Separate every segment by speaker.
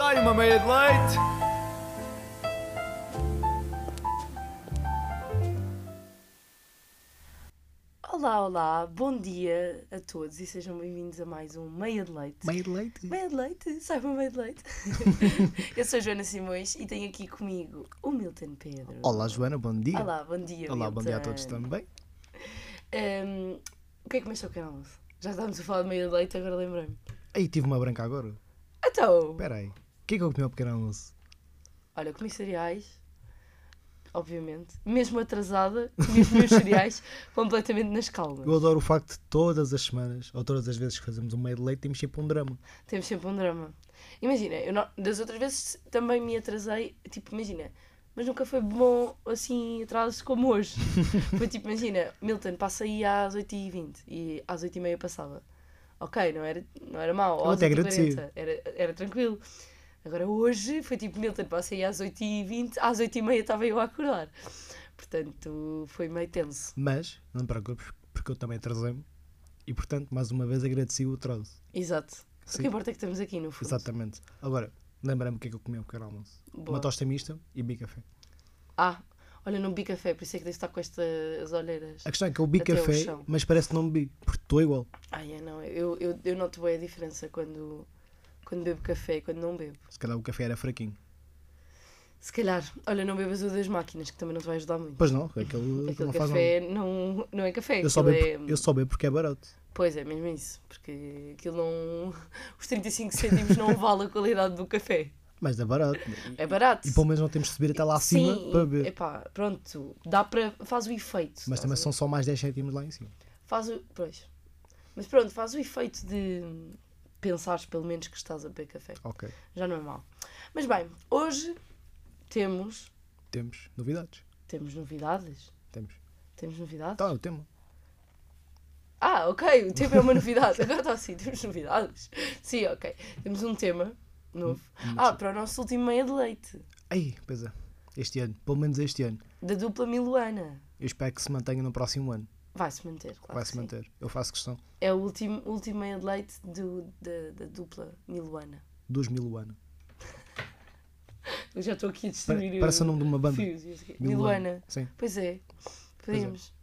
Speaker 1: Ai, mamãe de leite!
Speaker 2: Olá, olá, bom dia a todos e sejam bem-vindos a mais um Meia de Leite.
Speaker 3: Meio de leite?
Speaker 2: Meia de Leite, saiba Meia de Leite. Eu sou a Joana Simões e tenho aqui comigo o Milton Pedro.
Speaker 3: Olá, Joana, bom dia.
Speaker 2: Olá, bom dia.
Speaker 3: Olá, bom dia a
Speaker 2: Milton.
Speaker 3: todos também.
Speaker 2: Hum, o que é que começou o canal? almoço? Já estávamos a falar de Meia de Leite, agora lembrei-me.
Speaker 3: Aí tive uma branca agora.
Speaker 2: Então,
Speaker 3: Espera aí. O que é que eu comi ao pequeno almoço?
Speaker 2: olha, comi cereais, obviamente, mesmo atrasada, comi os meus cereais completamente nas calmas.
Speaker 3: Eu adoro o facto de todas as semanas, ou todas as vezes que fazemos um meio de leite, temos sempre um drama.
Speaker 2: Temos sempre um drama. Imagina, eu não- das outras vezes também me atrasei, tipo, imagina, mas nunca foi bom assim atrasos como hoje. foi tipo, imagina, Milton, passa aí às 8h20 e às 8h30 passava. Ok, não era, não era mau. ou às
Speaker 3: até
Speaker 2: 8h40, Era, era tranquilo. Agora hoje foi tipo, Milton, passa aí às 8h20, às 8h30 estava eu a acordar. Portanto, foi meio tenso.
Speaker 3: Mas, não te preocupes, porque eu também atrasei-me. E, portanto, mais uma vez agradeci o troço.
Speaker 2: Exato. O
Speaker 3: Sim.
Speaker 2: que importa é que estamos aqui, no fundo.
Speaker 3: Exatamente. Agora, lembra-me o que é que eu comi ao pequeno almoço.
Speaker 2: Boa.
Speaker 3: Uma tosta mista e bicafé.
Speaker 2: Ah, olha, não bebi café, por isso é que devo estar com estas olheiras.
Speaker 3: A questão é que eu bebi
Speaker 2: Até o
Speaker 3: café,
Speaker 2: chão.
Speaker 3: mas parece que não bebi, porque estou igual.
Speaker 2: Ai, é, não, eu, eu, eu noto bem a diferença quando, quando bebo café e quando não bebo.
Speaker 3: Se calhar o café era fraquinho.
Speaker 2: Se calhar, olha, não bebas o das máquinas, que também não te vai ajudar muito.
Speaker 3: Pois não, aquele,
Speaker 2: Aquele
Speaker 3: não faz nada.
Speaker 2: café não, não é café.
Speaker 3: Eu só,
Speaker 2: aquilo
Speaker 3: bebo,
Speaker 2: é...
Speaker 3: eu só bebo porque é barato.
Speaker 2: Pois é, mesmo isso. Porque aquilo não. Os 35 cêntimos não vale a qualidade do café.
Speaker 3: Mas é barato.
Speaker 2: É barato.
Speaker 3: E pelo menos não temos de subir até lá acima
Speaker 2: Sim, é
Speaker 3: para ver.
Speaker 2: Epá, pronto, dá para. Faz o efeito.
Speaker 3: Mas
Speaker 2: estás
Speaker 3: também
Speaker 2: a
Speaker 3: são só mais 10 cêntimos lá em cima.
Speaker 2: Faz o. Pois. Mas pronto, faz o efeito de pensares pelo menos que estás a beber café.
Speaker 3: Ok.
Speaker 2: Já não é mal. Mas bem, hoje temos.
Speaker 3: Temos novidades.
Speaker 2: Temos novidades?
Speaker 3: Temos.
Speaker 2: Temos novidades?
Speaker 3: Tá, o tema.
Speaker 2: Ah, ok, o tema é uma novidade. Agora está assim, temos novidades. Sim, ok. Temos um tema novo. Ah, para o nosso último meia de leite.
Speaker 3: Aí, pois é. Este ano, pelo menos este ano.
Speaker 2: Da dupla Miluana.
Speaker 3: Eu espero que se mantenha no próximo ano.
Speaker 2: Vai-se manter, claro.
Speaker 3: Vai se
Speaker 2: que Ah, sim.
Speaker 3: manter. Eu faço questão.
Speaker 2: É o último, último meia de leite do, da, da dupla Miluana.
Speaker 3: 2000 o ano.
Speaker 2: Eu já estou aqui a
Speaker 3: Pa-
Speaker 2: destruir
Speaker 3: Parece o
Speaker 2: o...
Speaker 3: nome de uma banda.
Speaker 2: fios e não sei o quê.
Speaker 3: Mil
Speaker 2: Miluana.
Speaker 3: Ano. Sim.
Speaker 2: Pois é. Podíamos,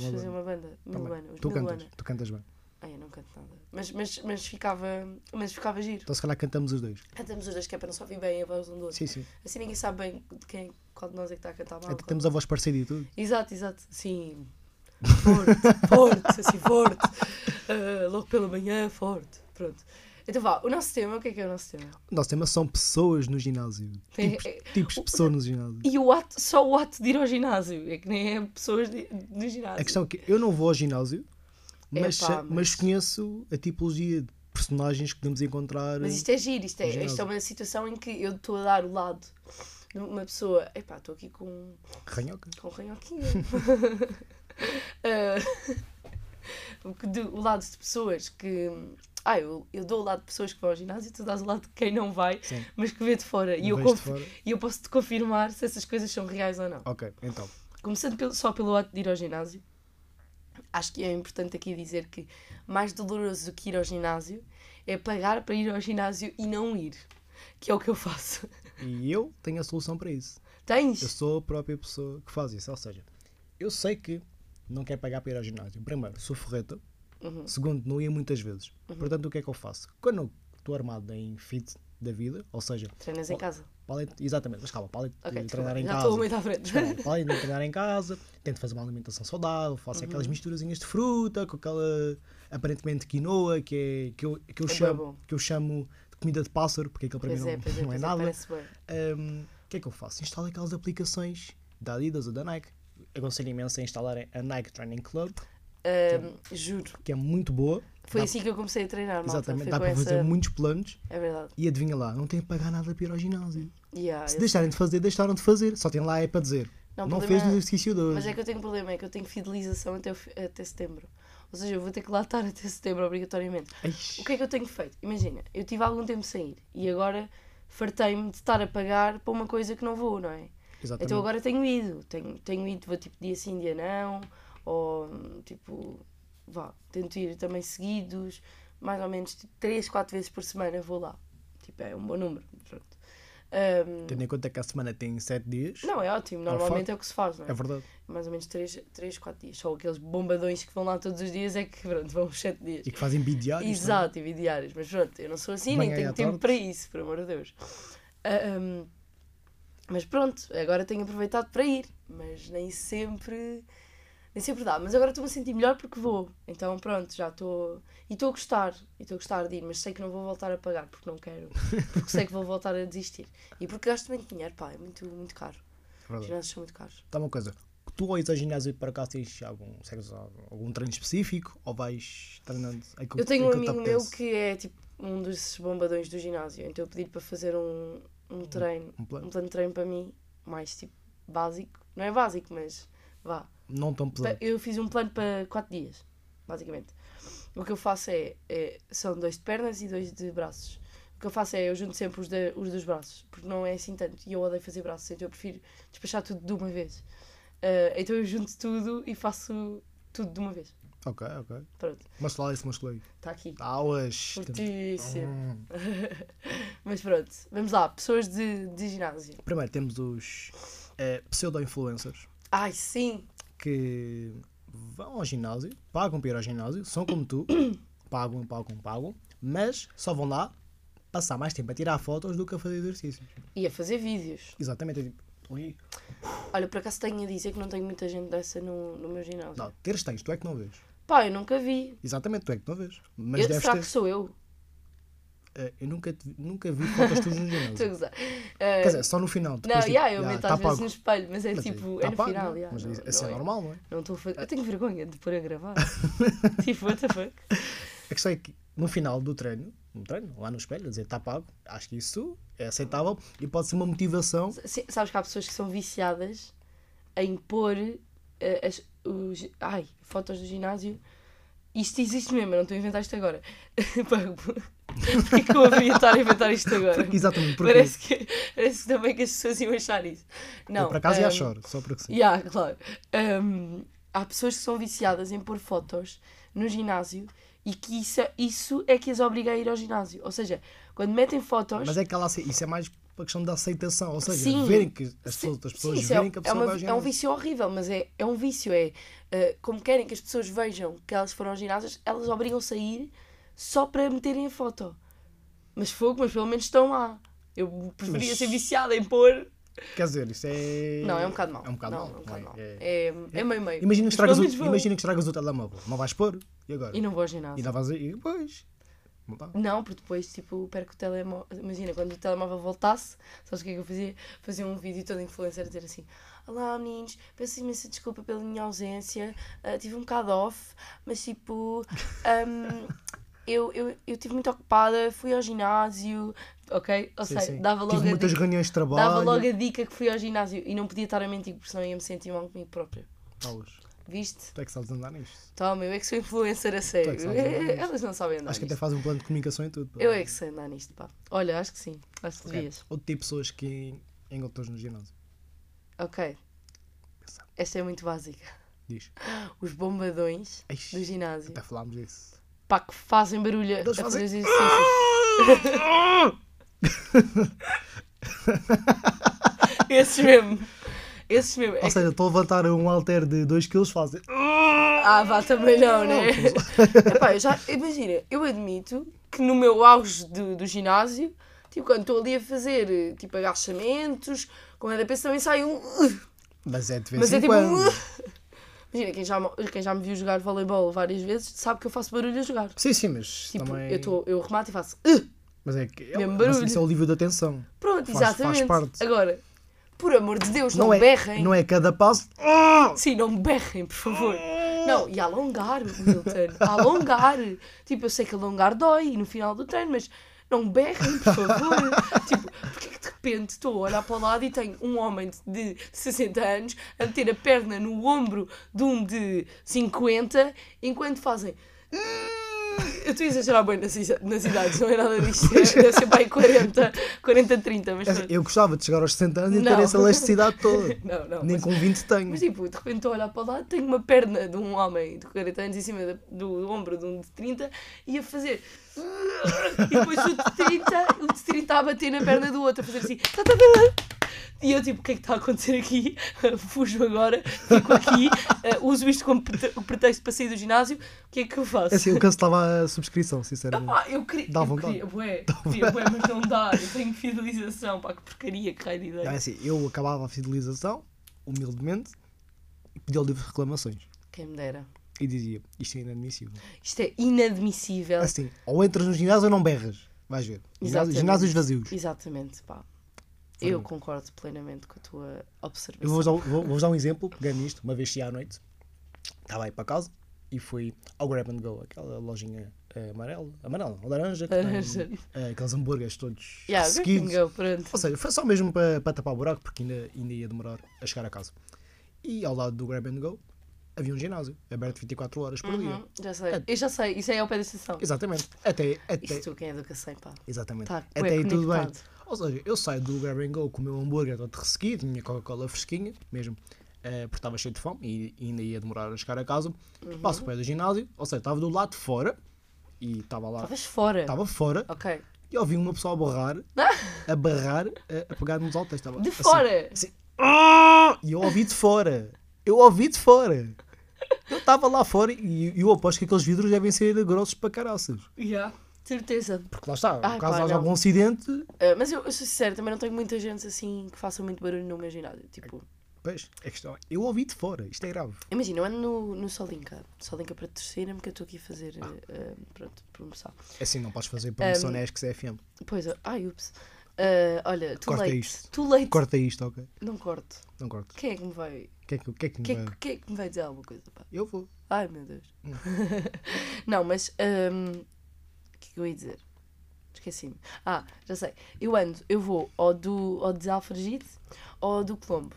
Speaker 2: podíamos
Speaker 3: criar uma Tá
Speaker 2: fazer uma banda.
Speaker 3: também.
Speaker 2: Miluana. Os
Speaker 3: tu
Speaker 2: Miluana.
Speaker 3: cantas. Tu cantas bem.
Speaker 2: Ai, eu não canto nada. Mas, mas, mas, ficava, mas ficava giro.
Speaker 3: Então se calhar cantamos os dois.
Speaker 2: Cantamos os dois, que é para não só ouvir bem a voz um do outro.
Speaker 3: Sim, sim.
Speaker 2: Assim ninguém sabe bem de quem, qual de nós é que está a cantar mal.
Speaker 3: Até
Speaker 2: qual-
Speaker 3: temos a voz parecida e tudo.
Speaker 2: Exato, exato. Sim. Forte, forte, assim, forte. Ah, logo pela manhã, forte. Pronto. Então vá, o nosso tema, o que é que é o nosso tema?
Speaker 3: O nosso tema são pessoas no ginásio.
Speaker 2: Tem-
Speaker 3: Tipos, tipos de pessoas no ginásio.
Speaker 2: E o ato, só o ato de ir ao ginásio. É que nem é pessoas de- no ginásio.
Speaker 3: A questão é que eu não vou ao ginásio, mas, eh,
Speaker 2: Epá,
Speaker 3: mas...
Speaker 2: mas-
Speaker 3: conheço a tipologia de personagens que podemos encontrar.
Speaker 2: Mas isto é giro, isto é,
Speaker 3: No
Speaker 2: isto é
Speaker 3: ginásio.
Speaker 2: uma situação em que eu estou a dar o lado de uma pessoa. Epá, estou aqui com um
Speaker 3: Ranhoca.
Speaker 2: com ranhoquinha. Ah, o que do- o lado de pessoas que. Ah, eu, eu dou o lado de pessoas que vão ao ginásio, tu dás o lado de quem não vai,
Speaker 3: Sim.
Speaker 2: mas que vê de fora. E eu,
Speaker 3: Vejo de
Speaker 2: conf-
Speaker 3: fora.
Speaker 2: e eu posso te confirmar se essas coisas são reais ou não.
Speaker 3: Ok, então.
Speaker 2: Começando pelo- só pelo ato de ir ao ginásio, acho que é importante aqui dizer que mais doloroso do que ir ao ginásio é pagar para ir ao ginásio e não ir, que é o que eu faço.
Speaker 3: E eu tenho a solução para isso. Eu
Speaker 2: Tens?
Speaker 3: sou a própria pessoa que faz isso. Ou seja, eu sei que não quer pagar para ir ao ginásio. Primeiro, sou ferreta.
Speaker 2: Uhum.
Speaker 3: Segundo, não ia muitas vezes. Portanto, o que é que eu faço? Quando eu estou armado em fit da vida, ou seja,
Speaker 2: Treinas em casa.
Speaker 3: para além de- exatamente, mas calma, para além de
Speaker 2: Ok, desculpa,
Speaker 3: treinar em
Speaker 2: já
Speaker 3: casa.
Speaker 2: estou muito à frente.
Speaker 3: Espera, para além de treinar em casa, tento fazer uma alimentação saudável, faço
Speaker 2: Uhum.
Speaker 3: aquelas misturazinhas de fruta, com aquela aparentemente quinoa, que, é, que, eu, que,
Speaker 2: É bué
Speaker 3: eu
Speaker 2: bom.
Speaker 3: chamo, que eu chamo de comida de pássaro, porque aquilo para
Speaker 2: Pois
Speaker 3: mim
Speaker 2: é,
Speaker 3: não,
Speaker 2: pois é,
Speaker 3: não é
Speaker 2: pois é,
Speaker 3: nada.
Speaker 2: parece bem.
Speaker 3: Ahm, o que é que eu faço? Instalo aquelas aplicações da Adidas ou da Nike. Aconselho imenso a instalarem a Nike Training Club,
Speaker 2: Ahm, juro,
Speaker 3: que é muito boa.
Speaker 2: foi
Speaker 3: Dá-
Speaker 2: assim que eu comecei a treinar, malta.
Speaker 3: Exatamente,
Speaker 2: foi
Speaker 3: dá
Speaker 2: com
Speaker 3: para
Speaker 2: essa...
Speaker 3: fazer muitos planos.
Speaker 2: É verdade.
Speaker 3: E adivinha lá, não tem que pagar nada para ir ao ginásio.
Speaker 2: Yeah, Ah,
Speaker 3: Se
Speaker 2: eu-
Speaker 3: deixarem de fazer, deixaram de fazer. Só tem lá é para dizer.
Speaker 2: Não,
Speaker 3: Não,
Speaker 2: o
Speaker 3: fez
Speaker 2: problema
Speaker 3: o
Speaker 2: é-
Speaker 3: exercício de hoje.
Speaker 2: Mas é que eu tenho um problema, é que eu tenho fidelização até, o fi- até setembro. Ou seja, eu vou ter que lá estar até setembro, obrigatoriamente.
Speaker 3: Eish.
Speaker 2: O que é que eu tenho feito? Imagina, eu tive algum tempo sem ir e agora fartei-me de estar a pagar para uma coisa que não vou, não é?
Speaker 3: Exatamente.
Speaker 2: Então agora tenho ido, tenho, tenho ido, vou tipo dia sim, dia não, ou tipo, vá, tento ir também seguidos, mais ou menos tipo, 3, 4 vezes por semana vou lá. Tipo, é um bom número. Pronto. Ahm,
Speaker 3: Tendo em conta que a semana tem 7 dias,
Speaker 2: não, é ótimo.
Speaker 3: um
Speaker 2: Normalmente
Speaker 3: facto.
Speaker 2: é o que se faz, não é?
Speaker 3: é verdade.
Speaker 2: Mais ou menos 3, três 4 dias. Só aqueles bombadões que vão lá todos os dias é que, pronto, vão os 7 dias.
Speaker 3: E que fazem bidiários.
Speaker 2: Exato, e diários. Mas pronto, eu não sou assim,
Speaker 3: Manhã
Speaker 2: nem
Speaker 3: e
Speaker 2: tenho
Speaker 3: à
Speaker 2: tempo
Speaker 3: tarde.
Speaker 2: para isso, por amor de Deus. Ah, hum, mas pronto, agora tenho aproveitado para ir. Mas nem sempre. Nem sempre dá. Mas agora estou-me a sentir melhor porque vou. Então pronto, já estou. E estou a gostar. E estou a gostar de ir, mas sei que não vou voltar a pagar porque não quero. Porque sei que vou voltar a desistir. E porque gasto muito dinheiro, pá, é muito, muito caro. Os ginásios são muito caros.
Speaker 3: É Tá uma coisa. Tu ou ires ao ginásio e para cá tens algum, segues algum treino específico ou vais treinando aquilo
Speaker 2: Eu tenho um
Speaker 3: aquilo te
Speaker 2: amigo meu
Speaker 3: apetece?
Speaker 2: que é tipo um desses bombadões do ginásio, então eu pedi para fazer um, um treino,
Speaker 3: um plano.
Speaker 2: um plano de treino para mim, mais tipo básico. Não é básico, mas vá.
Speaker 3: Não tão pesado.
Speaker 2: Eu fiz um plano para 4 dias, basicamente. O que eu faço é, é- São dois de pernas e dois de braços. O que eu faço é eu junto sempre os, de- os dos braços, porque não é assim tanto. E eu odeio fazer braços, então eu prefiro despachar tudo de uma vez. Ah, então eu junto tudo e faço tudo de uma vez.
Speaker 3: Ok, ok.
Speaker 2: Pronto,
Speaker 3: Mas lá esse musculei.
Speaker 2: está aqui.
Speaker 3: Ah, Aulas.
Speaker 2: Fortíssimo.
Speaker 3: Hum.
Speaker 2: Mas pronto, vamos lá, pessoas de, de ginásio.
Speaker 3: Primeiro temos os eh, pseudo-influencers
Speaker 2: Ai, sim!
Speaker 3: que vão ao ginásio, pagam para ir ao ginásio, são como tu, pagam, pagam, pagam, mas só vão lá passar mais tempo a tirar fotos do que a fazer exercícios.
Speaker 2: E a fazer vídeos.
Speaker 3: Exatamente. é tipo, ali-
Speaker 2: Olha, por acaso tenho a dizer que não tenho muita gente dessa no, no meu ginásio.
Speaker 3: Não, teres tens, tu é que não vês.
Speaker 2: Pá, eu nunca vi.
Speaker 3: Exatamente, tu é que não vês. Mas
Speaker 2: Eu,
Speaker 3: deves
Speaker 2: será
Speaker 3: ter.
Speaker 2: que sou eu?
Speaker 3: Eh, eu nunca, te vi- nunca vi fotos tuas no
Speaker 2: Estou a
Speaker 3: ginásio.
Speaker 2: gozar. Eh,
Speaker 3: Quer dizer, só no final.
Speaker 2: não,
Speaker 3: depois, tipo,
Speaker 2: yeah, eu
Speaker 3: "Ya,
Speaker 2: meto
Speaker 3: tá
Speaker 2: às vezes
Speaker 3: pago."
Speaker 2: no espelho, mas é
Speaker 3: Mas
Speaker 2: tipo,
Speaker 3: tá
Speaker 2: é no
Speaker 3: pago,
Speaker 2: final.
Speaker 3: né?
Speaker 2: yeah,
Speaker 3: Mas
Speaker 2: não-
Speaker 3: isso
Speaker 2: não
Speaker 3: é
Speaker 2: é.
Speaker 3: normal, não é?
Speaker 2: Não estou a fazer. Eu tenho vergonha de pôr a gravar. tipo, what the fuck?
Speaker 3: A questão é que no final do treino, no treino, lá no espelho, a dizer está pago, acho que isso é aceitável e pode ser uma motivação.
Speaker 2: Sim, sabes que há pessoas que são viciadas em pôr eh, as, os, ai, fotos do ginásio. Isto existe mesmo, eu não estou a inventar isto agora. Porquê que eu havia de estar a inventar isto agora?
Speaker 3: Exatamente, porque
Speaker 2: Parece que, parece que também que as pessoas iam achar isso. Não, eh,
Speaker 3: eu por acaso já
Speaker 2: ahm,
Speaker 3: choro, só porque sim.
Speaker 2: Yeah, claro. Ahm, há pessoas que são viciadas em pôr fotos no ginásio e que isso, isso é que as obriga a ir ao ginásio. Ou seja, quando metem fotos.
Speaker 3: Mas é que ela, ace- isso é mais uma questão da aceitação, ou seja,
Speaker 2: Sim.
Speaker 3: verem que as
Speaker 2: Sim,
Speaker 3: pessoas, as pessoas
Speaker 2: sim, isso é,
Speaker 3: verem que a pessoa
Speaker 2: é, uma-
Speaker 3: vai ao
Speaker 2: é um
Speaker 3: ginásio.
Speaker 2: vício horrível, mas é, é um vício. É eh, como querem que as pessoas vejam que elas foram ao ginásio, elas obrigam-se a ir só para meterem a foto. Mas fogo, mas pelo menos estão lá. Eu preferia
Speaker 3: Mas-
Speaker 2: ser viciada em pôr.
Speaker 3: Quer dizer, isso é.
Speaker 2: Não, é um bocado mal.
Speaker 3: É um bocado
Speaker 2: não,
Speaker 3: mal,
Speaker 2: É um bocado
Speaker 3: não
Speaker 2: mal.
Speaker 3: é? É-
Speaker 2: É, é meio meio.
Speaker 3: Imagina
Speaker 2: Mas
Speaker 3: que, estragas
Speaker 2: pelo
Speaker 3: o,
Speaker 2: menos vão.
Speaker 3: imagina que estragas o telemóvel, não vais pôr, e agora?
Speaker 2: E não vou ao
Speaker 3: E
Speaker 2: ginásio.
Speaker 3: dá vazio, e depois. Não dá.
Speaker 2: Não, porque depois, tipo, perco o telemóvel. Imagina, quando o telemóvel voltasse, sabes o que é que eu fazia? Fazia um vídeo todo influencer a dizer assim: Olá, meninos, peço imensa desculpa pela minha ausência, ah, tive um bocado off, mas tipo, ahm, eu eu eu estive muito ocupada, fui ao ginásio, ok? Ou
Speaker 3: Sim,
Speaker 2: seja,
Speaker 3: sim.
Speaker 2: dava logo,
Speaker 3: Tive
Speaker 2: a
Speaker 3: muitas
Speaker 2: dica,
Speaker 3: reuniões de
Speaker 2: dava
Speaker 3: trabalho.
Speaker 2: logo a dica que fui ao ginásio e não podia estar a mentir, porque senão ia me sentir mal comigo próprio.
Speaker 3: Aulas.
Speaker 2: Viste?
Speaker 3: Tu é que sabes andar nisto.
Speaker 2: Toma, eu é que sou influencer a sério.
Speaker 3: sabes andar nisto.
Speaker 2: Elas não sabem andar.
Speaker 3: Acho que até
Speaker 2: nisto.
Speaker 3: faz um plano de comunicação e tudo. pá.
Speaker 2: Eu é que sei andar nisto, pá. Olha, acho que sim. Acho que
Speaker 3: Ok.
Speaker 2: devias.
Speaker 3: Ou de ter pessoas que encontras no ginásio.
Speaker 2: Ok.
Speaker 3: Pensar.
Speaker 2: Esta é muito básica.
Speaker 3: Diz.
Speaker 2: Os bombadões
Speaker 3: Eish,
Speaker 2: do ginásio.
Speaker 3: Até falámos disso.
Speaker 2: Pá, que fazem barulho a
Speaker 3: Então. Eles
Speaker 2: fazer
Speaker 3: fazem-
Speaker 2: os exercícios. Esses mesmo. Esses mesmo. É
Speaker 3: Ou
Speaker 2: que-
Speaker 3: seja, estou a levantar um halter de 2kg, fazem.
Speaker 2: Ah, vá, também não, né? Epá, eu já. Imagina, eu admito que no meu auge do, do ginásio, tipo, quando estou ali a fazer, eh, tipo, agachamentos, com a DPS também sai um.
Speaker 3: Mas é de vez
Speaker 2: Mas
Speaker 3: em
Speaker 2: é tipo.
Speaker 3: quando.
Speaker 2: Imagina, quem já, mo- quem já me viu jogar voleibol várias vezes sabe que eu faço barulho a jogar.
Speaker 3: Sim, sim, mas
Speaker 2: Tipo,
Speaker 3: também.
Speaker 2: eu, tô, eu remato e faço. "Ugh!"
Speaker 3: Mas é que. É,
Speaker 2: Mesmo
Speaker 3: mas
Speaker 2: barulho.
Speaker 3: isso é o nível de atenção.
Speaker 2: Pronto,
Speaker 3: Faz- faz
Speaker 2: exatamente.
Speaker 3: parte.
Speaker 2: Agora, por amor de Deus, não,
Speaker 3: é,
Speaker 2: berrem.
Speaker 3: não é cada passo.
Speaker 2: Sim, não me berrem, por favor. Não, e alongar, Milton. Alongar. Tipo, eu sei que alongar dói no final do treino, mas não me berrem, por favor. tipo, porque é que de repente estou a olhar para o lado e tenho um homem de 60 anos a meter a perna no ombro de um de 50 enquanto fazem. "Hum." Eu estou a exagerar bem nas, isa- nas idades, não é nada disto. Deve ser bem 40, 40, 30, mas.
Speaker 3: Eu gostava de chegar aos 60 anos e ter
Speaker 2: Uhum. Não.
Speaker 3: essa elasticidade toda.
Speaker 2: Não, não.
Speaker 3: Nem
Speaker 2: mas-
Speaker 3: com 20 tenho.
Speaker 2: Mas tipo, de repente estou a olhar para o lado, tenho uma perna de um homem de 40 anos em cima da- do, ombro de um de 30 e a fazer. E depois o de 30, o de 30 a bater na perna do outro, a fazer assim. tá, tá, tá, tá. E eu tipo, o que é que está a acontecer aqui? Fujo agora, fico aqui, eh, uso isto como prete- pretexto para sair do ginásio, o que é que eu faço?
Speaker 3: Assim, eu cancelava a subscrição, sinceramente.
Speaker 2: Pá, eu queria,
Speaker 3: Dá
Speaker 2: eu
Speaker 3: vontade.
Speaker 2: queria, bué, queria, bué, mas não dá, eu tenho fidelização, pá, que porcaria, que raio de
Speaker 3: Não, é
Speaker 2: ideia.
Speaker 3: assim, eu acabava a fidelização, humildemente, e pedia o livro de reclamações.
Speaker 2: Quem me dera.
Speaker 3: E dizia, isto é inadmissível.
Speaker 2: Isto é inadmissível.
Speaker 3: Assim, ou entras no ginásio ou não berras. Vais ver. Ginásio,
Speaker 2: Exatamente.
Speaker 3: ginásios vazios.
Speaker 2: Exatamente, pá. Eu concordo plenamente com a tua
Speaker 3: Eu
Speaker 2: observação.
Speaker 3: vou-vos dar, vou, vou dar um exemplo, pegando nisto, uma vez cheguei à noite, estava aí para casa e fui ao Grab and Go, aquela lojinha eh, amarela, amarela, ou laranja, que tem,
Speaker 2: Laranja.
Speaker 3: eh, aqueles hambúrgueres todos
Speaker 2: Yeah, good
Speaker 3: seguidos.
Speaker 2: to go, pronto.
Speaker 3: Ou seja, foi só mesmo para, para tapar o buraco, porque ainda, ainda ia demorar a chegar a casa. E ao lado do Grab and Go havia um ginásio, aberto 24 horas por dia.
Speaker 2: Uhum, já sei. Eu já sei, isso aí é ao pé da estação.
Speaker 3: Exatamente. Até, até,
Speaker 2: Isto quem educa sem, pá.
Speaker 3: Exatamente.
Speaker 2: Tá
Speaker 3: Até aí tudo bem.
Speaker 2: conectado.
Speaker 3: Ou seja, eu saio do Grab and Go com o meu hambúrguer todo ressequido, minha Coca-Cola fresquinha, mesmo, eh, porque estava cheio de fome e, e ainda ia demorar a chegar a casa.
Speaker 2: Uhum.
Speaker 3: Passo o pé do ginásio, ou seja, estava do lado de fora e estava lá,
Speaker 2: Estavas fora.
Speaker 3: estava fora
Speaker 2: Ok.
Speaker 3: e ouvi uma pessoa a borrar, a barrar, a, a pegar nos altos. Estava
Speaker 2: De
Speaker 3: assim,
Speaker 2: fora!
Speaker 3: assim, "Ah!" e eu ouvi de fora. Eu ouvi de fora. Eu estava lá fora e e eu aposto que aqueles vidros devem ser grossos para caraças.
Speaker 2: Yeah. Certeza.
Speaker 3: Porque lá está,
Speaker 2: Ai,
Speaker 3: no caso
Speaker 2: pá,
Speaker 3: haja
Speaker 2: não.
Speaker 3: algum acidente,
Speaker 2: Ah, mas eu, eu sou sincero, também não tenho muita gente assim que faça muito barulho no meu ginásio. Tipo,
Speaker 3: Pois, a questão é, eu ouvi de fora, isto é grave.
Speaker 2: imagina, eu ando no, no Solinka. Solinka para torcer-me que eu estou aqui a fazer. ah, pronto, promoção.
Speaker 3: Assim não podes fazer
Speaker 2: Hum.
Speaker 3: promoção na Esques FM.
Speaker 2: Pois, ah, ai, ups. Ah, olha, too
Speaker 3: Corta
Speaker 2: late.
Speaker 3: isto.
Speaker 2: Too late.
Speaker 3: Corta isto, ok?
Speaker 2: Não corto.
Speaker 3: Não corto.
Speaker 2: Quem é que me vai.
Speaker 3: O que é que, o que, é que me
Speaker 2: Quem é,
Speaker 3: vai-
Speaker 2: que- quem é que me vai dizer alguma coisa, pá?
Speaker 3: Eu vou.
Speaker 2: Ai meu Deus. não, mas hum, o que é que eu ia dizer? Esqueci-me. Ah, já sei. Eu ando, eu vou ao do ao de Alfragide ou ao do Colombo.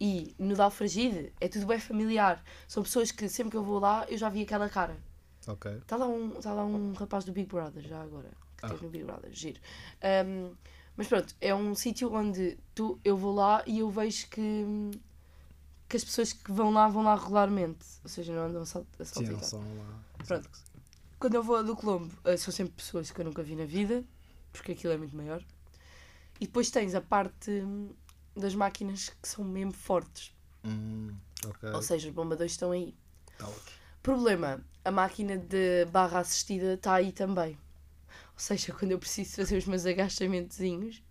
Speaker 2: E no de Alfragide é tudo bem familiar. São pessoas que sempre que eu vou lá eu já vi aquela cara.
Speaker 3: Ok.
Speaker 2: Está lá, um, tá lá um rapaz do Big Brother, já agora, que
Speaker 3: Ah.
Speaker 2: teve no Big Brother, giro. Um, mas pronto, é um sítio onde tu, eu vou lá e eu vejo que, que as pessoas que vão lá vão lá regularmente. Ou seja, não andam a sal- a
Speaker 3: Sim, não
Speaker 2: saltitar.
Speaker 3: são lá.
Speaker 2: Pronto. Quando eu vou ao do Colombo, eh, são sempre pessoas que eu nunca vi na vida, porque aquilo é muito maior. E depois tens a parte hum, das máquinas que são mesmo fortes.
Speaker 3: Hum, ok.
Speaker 2: Ou seja, os bombadores estão aí.
Speaker 3: Tá.
Speaker 2: Problema, a máquina de barra assistida está aí também. Ou seja, quando eu preciso fazer os meus agachamentozinhos,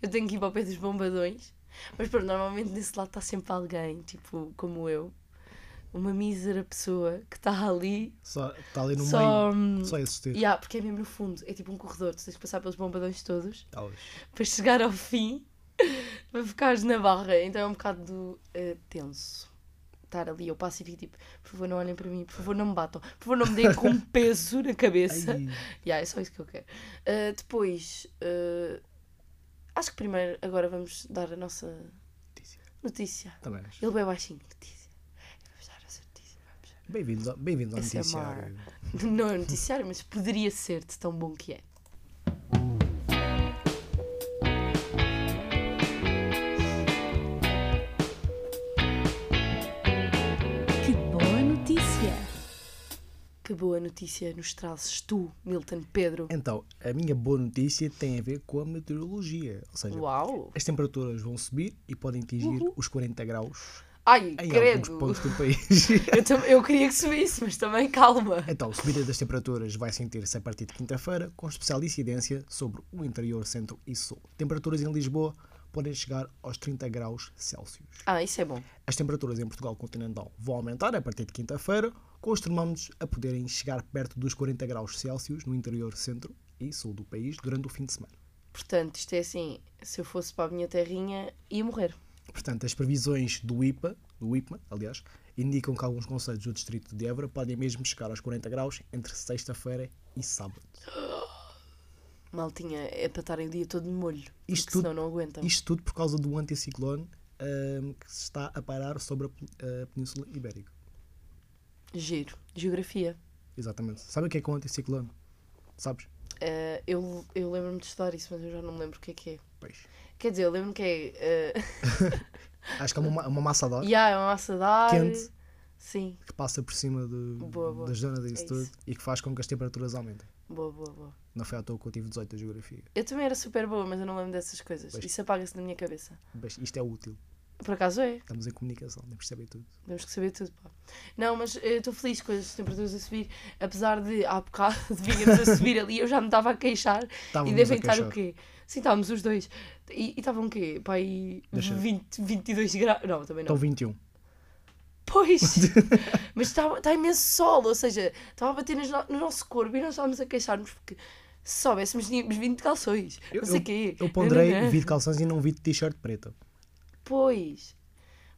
Speaker 2: eu tenho que ir para o pé dos bombadões. Mas pronto, normalmente nesse lado está sempre alguém, tipo, como eu. Uma mísera pessoa que está ali
Speaker 3: Só está ali no
Speaker 2: só... um. hum,
Speaker 3: meio. Só esse texto.
Speaker 2: Yeah, porque é mesmo no fundo, é tipo um corredor, tu tens que passar pelos bombadões todos
Speaker 3: Talvez.
Speaker 2: para chegar ao fim, para ficares na barra. Então é um bocado eh, tenso estar ali. Eu passo e fico tipo, por favor, não olhem para mim, por favor, não me batam, por favor, não me deem com um peso na cabeça.
Speaker 3: Ai,
Speaker 2: Yeah, é só isso que eu quero. Eh, depois, eh, acho que primeiro agora vamos dar a nossa
Speaker 3: notícia.
Speaker 2: notícia.
Speaker 3: Também. acho.
Speaker 2: Ele bem baixinho, notícia. Vamos dar a nossa notícia. vamos dar.
Speaker 3: Bem-vindos ao, bem ao
Speaker 2: SMR.
Speaker 3: noticiário.
Speaker 2: Não é noticiário, mas poderia ser de tão bom que é.
Speaker 1: Que boa notícia!
Speaker 2: Que boa notícia nos trazes tu, Milton Pedro.
Speaker 3: Então, a minha boa notícia tem a ver com a meteorologia. Ou seja,
Speaker 2: Uau!
Speaker 3: as temperaturas vão subir e podem atingir os 40 graus
Speaker 2: Ai,
Speaker 3: em alguns
Speaker 2: credo!
Speaker 3: pontos do país.
Speaker 2: Eu, tam- eu queria que subisse, mas também calma.
Speaker 3: Então, a subida das temperaturas vai sentir-se a partir de quinta-feira, com especial incidência sobre o interior, centro e sul. Temperaturas em Lisboa podem chegar aos 30 graus Celsius.
Speaker 2: Ah, isso é bom.
Speaker 3: As temperaturas em Portugal continental vão aumentar a partir de quinta-feira, com os termómetros a poderem chegar perto dos 40 graus Celsius no interior, centro e sul do país durante o fim de semana.
Speaker 2: Portanto, isto é assim, se eu fosse para a minha terrinha, ia morrer.
Speaker 3: Portanto, as previsões do IPA, do IPMA, aliás, indicam que alguns conselhos do distrito de Évora podem mesmo chegar aos 40 graus entre sexta-feira e sábado.
Speaker 2: Mal tinha é para estarem o dia todo de molho.
Speaker 3: Isto
Speaker 2: Isto
Speaker 3: tudo-
Speaker 2: porque senão não aguentam.
Speaker 3: Isto tudo por causa do anticiclone ahm, que se está a parar sobre a, pe- a Península Ibérica.
Speaker 2: Giro. Geografia.
Speaker 3: Exatamente. Sabe o que é que é um anticiclone? Sabes?
Speaker 2: Eh, eu eu lembro-me de estudar isso, mas eu já não me lembro o que é que é.
Speaker 3: Pois.
Speaker 2: Quer dizer, eu lembro que é. eh,
Speaker 3: Acho que é uma, ma- uma massa de ar
Speaker 2: yeah, é uma massa de ar.
Speaker 3: Quente.
Speaker 2: Sim.
Speaker 3: que passa por cima do,
Speaker 2: Boa, boa.
Speaker 3: da zona disso
Speaker 2: É
Speaker 3: tudo
Speaker 2: isso.
Speaker 3: e que faz com que as temperaturas aumentem.
Speaker 2: Boa, boa, boa.
Speaker 3: Não foi à toa que eu tive 18 a geografia.
Speaker 2: Eu também era super boa, mas eu não lembro dessas coisas.
Speaker 3: Pois.
Speaker 2: Isso apaga-se na minha cabeça.
Speaker 3: Mas isto é útil.
Speaker 2: Por acaso é.
Speaker 3: Estamos em comunicação, nem percebem tudo.
Speaker 2: Temos que saber tudo, pá. Não, mas eh, estou feliz com as temperaturas a subir, apesar de há bocado vínhamos a subir ali, eu já me estava a queixar.
Speaker 3: Estávamos
Speaker 2: e
Speaker 3: a
Speaker 2: devem estar o
Speaker 3: queixar.
Speaker 2: quê? Sim, estávamos os dois. E e estavam o quê? Pá, aí
Speaker 3: Deixa-
Speaker 2: 20, 22 graus. Não, também não.
Speaker 3: Estão 21.
Speaker 2: Pois! mas está está imenso sol, ou seja, estava a bater nas no, no nosso corpo e nós estávamos a queixar-nos porque se soubéssemos tínhamos 20 calções.
Speaker 3: Eu-
Speaker 2: não sei o quê. é?
Speaker 3: Eu ponderei
Speaker 2: Nananã.
Speaker 3: vi de calções e não vi de t-shirt preta.
Speaker 2: Pois.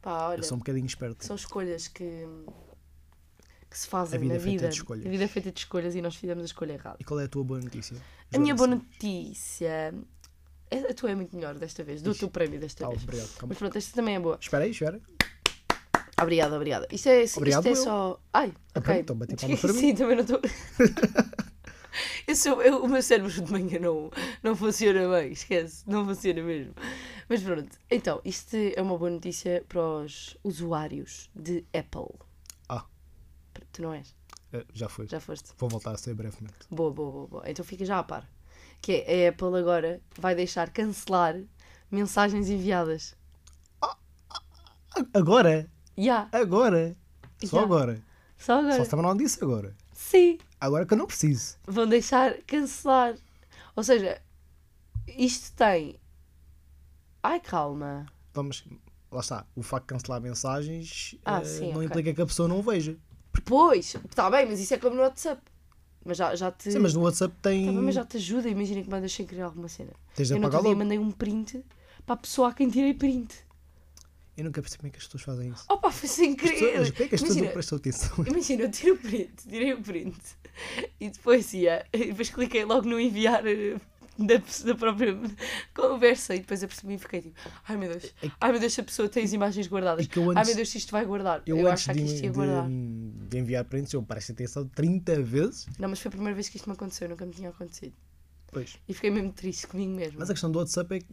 Speaker 2: Pá, olha.
Speaker 3: Eu sou um bocadinho esperto.
Speaker 2: são escolhas que, que se fazem
Speaker 3: A vida
Speaker 2: na
Speaker 3: é feita
Speaker 2: vida.
Speaker 3: de escolhas.
Speaker 2: A vida é feita de escolhas e nós fizemos a escolha errada.
Speaker 3: E qual é a tua boa notícia?
Speaker 2: A minha
Speaker 3: Joana
Speaker 2: boa
Speaker 3: Simão?
Speaker 2: notícia. é- A tua é muito melhor desta vez, do
Speaker 3: Ixi.
Speaker 2: teu prémio desta
Speaker 3: Ah,
Speaker 2: vez.
Speaker 3: obrigado. Calma.
Speaker 2: Mas pronto, esta também é boa.
Speaker 3: Espera aí, espera.
Speaker 2: Obrigada, obrigada. Isto é, isto
Speaker 3: Obrigado,
Speaker 2: é
Speaker 3: eu.
Speaker 2: só. Ai,
Speaker 3: Ah,
Speaker 2: ok.
Speaker 3: pronto, então bati palmas para mim.
Speaker 2: Sim, também não estou. eu sou, eu- o meu cérebro de manhã não, não funciona bem, esquece, não funciona mesmo. Mas pronto, então, isto é uma boa notícia para os usuários de Apple.
Speaker 3: Ah.
Speaker 2: Tu não és?
Speaker 3: Ah, já foi.
Speaker 2: Já foste?
Speaker 3: Vou voltar a ser brevemente.
Speaker 2: Boa, boa, boa, boa. Então fica já a par. Que é, a Apple agora vai deixar cancelar mensagens enviadas.
Speaker 3: A- Agora?
Speaker 2: Já,
Speaker 3: Agora? Só
Speaker 2: Já. Eh.
Speaker 3: agora?
Speaker 2: só agora.
Speaker 3: Só se também não disse agora.
Speaker 2: Sim.
Speaker 3: Agora que eu não preciso.
Speaker 2: vão deixar cancelar. Ou seja, isto tem. Ai, calma.
Speaker 3: Vamos. Então, Lá está. O facto de cancelar mensagens
Speaker 2: Ah,
Speaker 3: eh,
Speaker 2: sim,
Speaker 3: não
Speaker 2: ok.
Speaker 3: implica que a pessoa não o veja.
Speaker 2: Pois, está bem, mas isso é como no WhatsApp. Mas já, já te.
Speaker 3: Sim, mas no WhatsApp tem.
Speaker 2: Tá bem, mas já te ajuda. Imagina que mandas sem querer alguma cena.
Speaker 3: Tens de
Speaker 2: Eu no outro
Speaker 3: apagar
Speaker 2: dia
Speaker 3: logo.
Speaker 2: mandei um print para a pessoa a quem tirei print.
Speaker 3: Eu nunca percebi como é que as pessoas fazem isso.
Speaker 2: Opa, foi sem
Speaker 3: As pessoas-
Speaker 2: querer.
Speaker 3: mas como é que as pessoas não
Speaker 2: Oh, Imagina,
Speaker 3: prestam atenção?
Speaker 2: imagina, eu tiro o print, tirei o print e depois ia. E depois cliquei logo no enviar eh, da, pe- da própria conversa e depois apercebi e fiquei tipo, ai meu Deus,
Speaker 3: É que-
Speaker 2: ai meu Deus, se a pessoa tem as imagens guardadas.
Speaker 3: É que eu
Speaker 2: Ai
Speaker 3: antes,
Speaker 2: meu Deus, se isto vai guardar. Eu,
Speaker 3: eu antes
Speaker 2: achava que
Speaker 3: de,
Speaker 2: isto é ia
Speaker 3: de-
Speaker 2: guardar.
Speaker 3: de enviar prints, eu prestei atenção 30 vezes.
Speaker 2: Não, mas foi a primeira vez que isto me aconteceu, nunca me tinha acontecido.
Speaker 3: Pois.
Speaker 2: E fiquei mesmo triste comigo mesmo.
Speaker 3: Mas a questão do WhatsApp é que,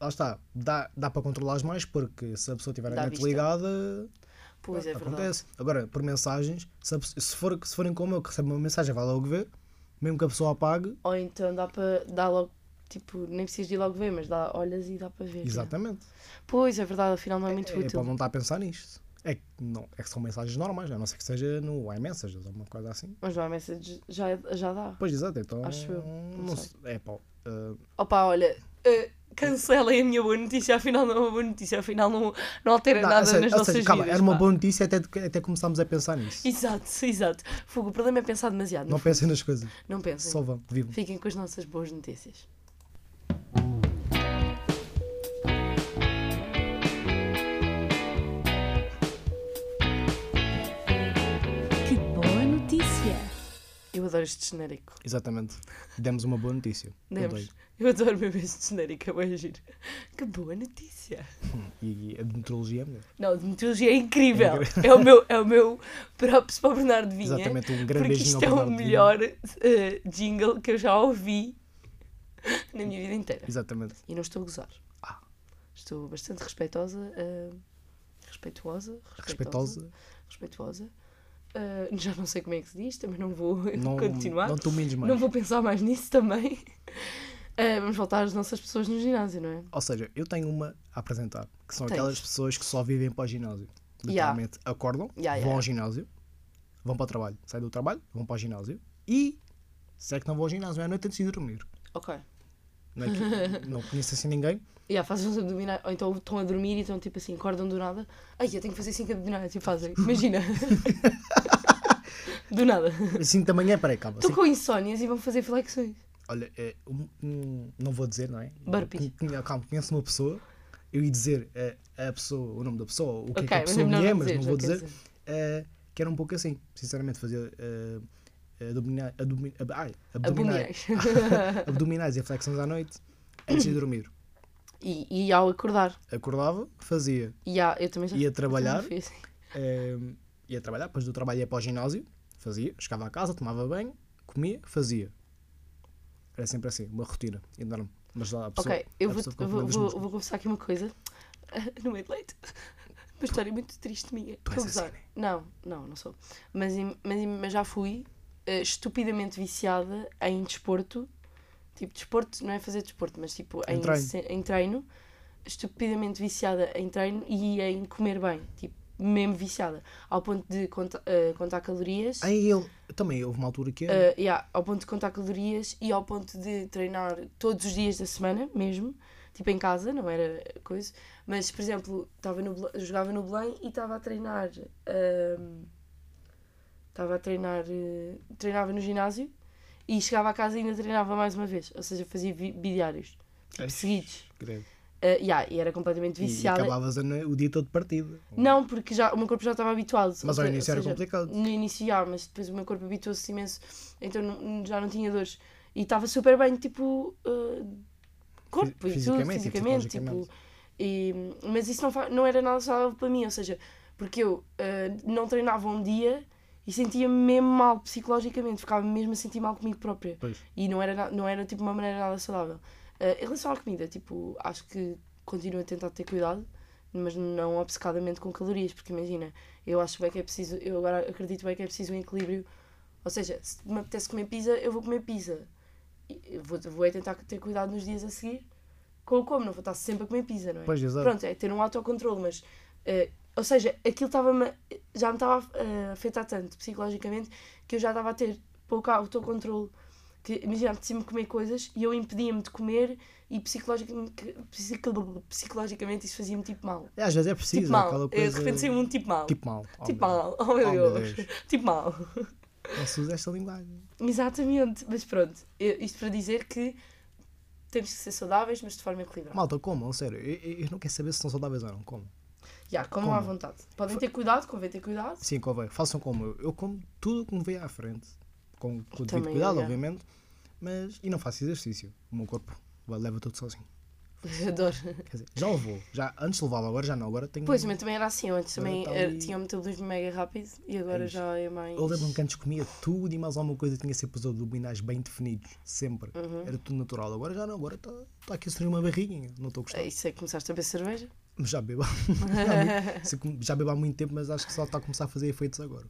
Speaker 3: lá está, dá, dá para controlares mais, porque se a pessoa tiver
Speaker 2: Dá
Speaker 3: a net
Speaker 2: vista.
Speaker 3: ligada,
Speaker 2: Pois é verdade.
Speaker 3: acontece. Agora, por mensagens, se, a pe- se for, se forem como eu, que recebo uma mensagem, vai logo ver, mesmo que a pessoa apague,
Speaker 2: Ou então dá para dá logo, tipo, nem precisas de ir logo ver, mas dá, olhas e dá para ver.
Speaker 3: exatamente.
Speaker 2: já. Pois é verdade, afinal não é muito
Speaker 3: É,
Speaker 2: útil.
Speaker 3: pode não estar a pensar nisto. É que, não, é que são mensagens normais, a não ser que seja no iMessage ou alguma coisa assim.
Speaker 2: Mas no iMessage já, já dá.
Speaker 3: Pois, exato, então.
Speaker 2: Acho eu, não
Speaker 3: Não
Speaker 2: sei.
Speaker 3: sei. É, pá. ah,
Speaker 2: Opa, olha, eh, cancelem a minha boa notícia, afinal não é uma boa notícia, afinal não, não altera
Speaker 3: Não,
Speaker 2: nada
Speaker 3: ou seja-
Speaker 2: nas
Speaker 3: ou
Speaker 2: nossas
Speaker 3: seja, calma,
Speaker 2: vidas.
Speaker 3: Era uma
Speaker 2: pá.
Speaker 3: boa notícia até, até começámos a pensar nisso.
Speaker 2: Exato, exato. Fogo, o problema é pensar demasiado.
Speaker 3: Não
Speaker 2: Não,
Speaker 3: pensem nas coisas,
Speaker 2: não pensem.
Speaker 3: só vão, vivam.
Speaker 2: Fiquem com as nossas boas notícias.
Speaker 1: Que boa notícia!
Speaker 2: Eu adoro este genérico.
Speaker 3: Exatamente. Demos uma boa notícia.
Speaker 2: Demos.
Speaker 3: Adorei.
Speaker 2: Eu adoro mesmo este genérico, é bem giro. Que boa notícia.
Speaker 3: E, e a de metrologia é melhor.
Speaker 2: Não, de meteorologia é incrível. É o meu, é o meu props para o Bernardo Vinha.
Speaker 3: Exatamente, um grande
Speaker 2: Porque
Speaker 3: beijinho ao
Speaker 2: isto é o
Speaker 3: Bernardo Vinha.
Speaker 2: melhor eh, jingle que eu já ouvi na minha vida inteira.
Speaker 3: Exatamente.
Speaker 2: E não estou a gozar.
Speaker 3: Ah.
Speaker 2: Estou bastante respeitosa. eh, respeituosa.
Speaker 3: Respeitosa.
Speaker 2: Respeituosa. Eh, já não sei como é que se diz, também não vou
Speaker 3: Não,
Speaker 2: continuar.
Speaker 3: não te humilhes mais.
Speaker 2: Não vou pensar mais nisso também. Eh, vamos voltar às nossas pessoas no ginásio, não é?
Speaker 3: Ou seja, eu tenho uma a apresentar, que são
Speaker 2: Tens.
Speaker 3: aquelas pessoas que só vivem para o ginásio.
Speaker 2: Yeah.
Speaker 3: Literalmente acordam,
Speaker 2: Yeah, yeah.
Speaker 3: vão ao ginásio, vão para o trabalho, saem do trabalho, vão para o ginásio e se é que não vão ao ginásio à noite antes de dormir.
Speaker 2: Ok.
Speaker 3: Não, é que- não conheço assim ninguém.
Speaker 2: E yeah, fazem uns abdominais, ou então estão a dormir e estão tipo assim, acordam do nada. Ai, eu tenho que fazer cinco abdominais e fazem. Imagina. do nada.
Speaker 3: Assim também é, peraí, calma.
Speaker 2: Estão
Speaker 3: assim-
Speaker 2: com insónias e vão fazer flexões.
Speaker 3: Olha, é, um- um- não vou dizer, não é?
Speaker 2: Burpees.
Speaker 3: Con- con- Calma, conheço uma pessoa, eu ia dizer é, a pessoa, o nome da pessoa, o que é
Speaker 2: Ok,
Speaker 3: que a
Speaker 2: mas é
Speaker 3: pessoa
Speaker 2: melhor
Speaker 3: me é,
Speaker 2: não
Speaker 3: mas
Speaker 2: dizeres,
Speaker 3: não vou
Speaker 2: não quer
Speaker 3: dizer, é, que era um pouco assim, sinceramente, eh, fazer abdominais, abdominais,
Speaker 2: Abdominais.
Speaker 3: abdominais e flexões à noite antes de dormir.
Speaker 2: e, e ao acordar.
Speaker 3: Acordava, fazia,
Speaker 2: E há, eu também já
Speaker 3: Ia
Speaker 2: eu também
Speaker 3: trabalhar.
Speaker 2: fiz.
Speaker 3: é, ia trabalhar, depois do trabalho ia para o ginásio, fazia, chegava a casa, tomava banho, comia, fazia. Era sempre assim, uma rotina enorme. Mas lá a pessoa,
Speaker 2: Ok, eu
Speaker 3: a
Speaker 2: vou,
Speaker 3: pessoa fica
Speaker 2: eu vou,
Speaker 3: com medo dos
Speaker 2: vou,
Speaker 3: músculos.
Speaker 2: vou confessar aqui uma coisa. Ah, No meio de leite. Uma história muito triste minha.
Speaker 3: Tu
Speaker 2: Vou
Speaker 3: és assim,
Speaker 2: gozar.
Speaker 3: né?
Speaker 2: Não, não, não sou. Mas, im- mas, im- mas já fui eh, estupidamente viciada em desporto. Tipo, desporto não é fazer desporto, mas tipo,
Speaker 3: Em
Speaker 2: em,
Speaker 3: treino.
Speaker 2: se- em treino. Estupidamente viciada em treino e em comer bem. Tipo, mesmo viciada. Ao ponto de conta- eh, contar calorias.
Speaker 3: Aí ele. Também houve uma altura que era.
Speaker 2: Uh, yeah, ao ponto de contar calorias e ao ponto de treinar todos os dias da semana mesmo, tipo em casa, não era coisa, mas por exemplo, tava no, Belém- jogava no Belém e estava a treinar, estava a treinar, eh, treinava no ginásio e chegava a casa e ainda treinava mais uma vez, ou seja, fazia vi- bidiários, tipo,
Speaker 3: Ai,
Speaker 2: seguidos,
Speaker 3: credo.
Speaker 2: Uh, yeah, e era completamente
Speaker 3: E
Speaker 2: viciada.
Speaker 3: acabavas a no- o dia todo partido.
Speaker 2: Não, porque já, o meu corpo já estava habituado.
Speaker 3: Mas ao
Speaker 2: Ou
Speaker 3: início era
Speaker 2: seja,
Speaker 3: complicado.
Speaker 2: No início, já, mas depois o meu corpo habituou-se imenso, então não- já não tinha dores. E estava super bem, tipo, uh, corpo e tudo,
Speaker 3: Fisicamente e
Speaker 2: fisicamente. Tipo,
Speaker 3: psicologicamente.
Speaker 2: e- mas isso não, fa- não era nada saudável para mim, ou seja, porque eu uh, não treinava um dia e sentia-me mesmo mal psicologicamente, ficava mesmo a sentir mal comigo própria.
Speaker 3: Pois.
Speaker 2: E não era, na- não era tipo uma maneira nada saudável. Eh, em relação à comida, tipo, acho que continuo a tentar ter cuidado, mas não obcecadamente com calorias, porque imagina, eu acho bem que é preciso, eu agora acredito bem que é preciso um equilíbrio. Ou seja, se me apetece comer pizza, eu vou comer pizza. E eu Vou, vou é tentar ter cuidado nos dias a seguir com o como, não vou estar sempre a comer pizza, não é?
Speaker 3: Pois, exato.
Speaker 2: Pronto, é ter um autocontrole, mas. eh, ou seja, aquilo estava-me. Já me estava a eh, afetar tanto psicologicamente que eu já estava a ter pouco autocontrole. Que, imagina, apetecia-me comer coisas e eu impedia-me de comer e psicologicamente, psico- psicologicamente isso fazia-me tipo mal.
Speaker 3: É, Às vezes é
Speaker 2: Tipo
Speaker 3: preciso. há
Speaker 2: mal.
Speaker 3: aquela
Speaker 2: Eu,
Speaker 3: coisa...
Speaker 2: de repente saiu um tipo mal. Tipo,
Speaker 3: Tipo mal. Oh, meu
Speaker 2: mal. Oh meu
Speaker 3: Oh, meu
Speaker 2: Deus.
Speaker 3: Deus.
Speaker 2: tipo mal.
Speaker 3: Deus. Não se usa esta linguagem.
Speaker 2: Exatamente. Mas pronto, eu- isto para dizer que temos que ser saudáveis, mas de forma equilibrada.
Speaker 3: Malta, comam, sério. Eu, eu- eu não quero saber se são saudáveis ou não. Comam.
Speaker 2: Já, comam à
Speaker 3: Como?
Speaker 2: vontade. Podem ter cuidado, convém ter cuidado.
Speaker 3: Sim, convém. Façam como eu. Eu como tudo o que me veio à frente. Com, com o devido
Speaker 2: Também,
Speaker 3: cuidado,
Speaker 2: olha.
Speaker 3: obviamente. Mas. E não faço exercício. O meu corpo vai- leva tudo sozinho.
Speaker 2: Adoro.
Speaker 3: Quer dizer, já o vou. Já, antes levava, agora já não. Agora tenho.
Speaker 2: Pois, mas também era assim. Eu antes
Speaker 3: Agora
Speaker 2: também
Speaker 3: tá
Speaker 2: eh,
Speaker 3: ali-
Speaker 2: tinha um metabolismo mega rápido e agora
Speaker 3: É isso.
Speaker 2: já é mais.
Speaker 3: Eu lembro-me que antes comia tudo e mais alguma coisa tinha sempre os abdominais bem definidos, sempre.
Speaker 2: Uhum.
Speaker 3: Era tudo natural. Agora já não, agora está tá aqui a surgir uma barriguinha, não estou a gostar.
Speaker 2: É isso é que começaste a beber cerveja?
Speaker 3: Mas já bebo. há muito- se com- já bebo há muito tempo, mas acho que só está a começar a fazer efeitos agora.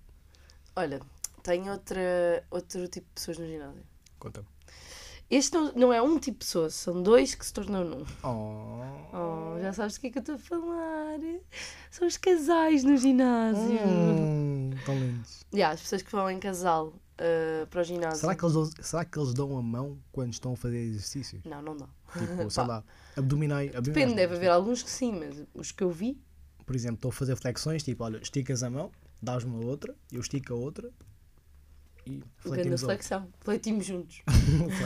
Speaker 2: Olha, tenho outra, outro tipo de pessoas no ginásio.
Speaker 3: Conta-me.
Speaker 2: Este não, não é um tipo de pessoa, são dois que se tornam num.
Speaker 3: Oh.
Speaker 2: Oh, já sabes do que é que eu estou a falar. São os casais no ginásio.
Speaker 3: Hum, tão lindos.
Speaker 2: Yeah, as pessoas que vão em casal ah, para o ginásio.
Speaker 3: Será que, eles, dão- será que eles dão a mão quando estão a fazer exercício?
Speaker 2: Não, não dá.
Speaker 3: Tipo, sei lá, abdominais. abdominais
Speaker 2: Depende,
Speaker 3: não, tipo,
Speaker 2: deve haver alguns que sim, mas os que eu vi.
Speaker 3: Por exemplo, estou a fazer flexões, tipo, olha, esticas a mão, dás-me a outra, eu estico a outra e
Speaker 2: Grande
Speaker 3: fletimos a outra.
Speaker 2: flexão. Fletimos juntos.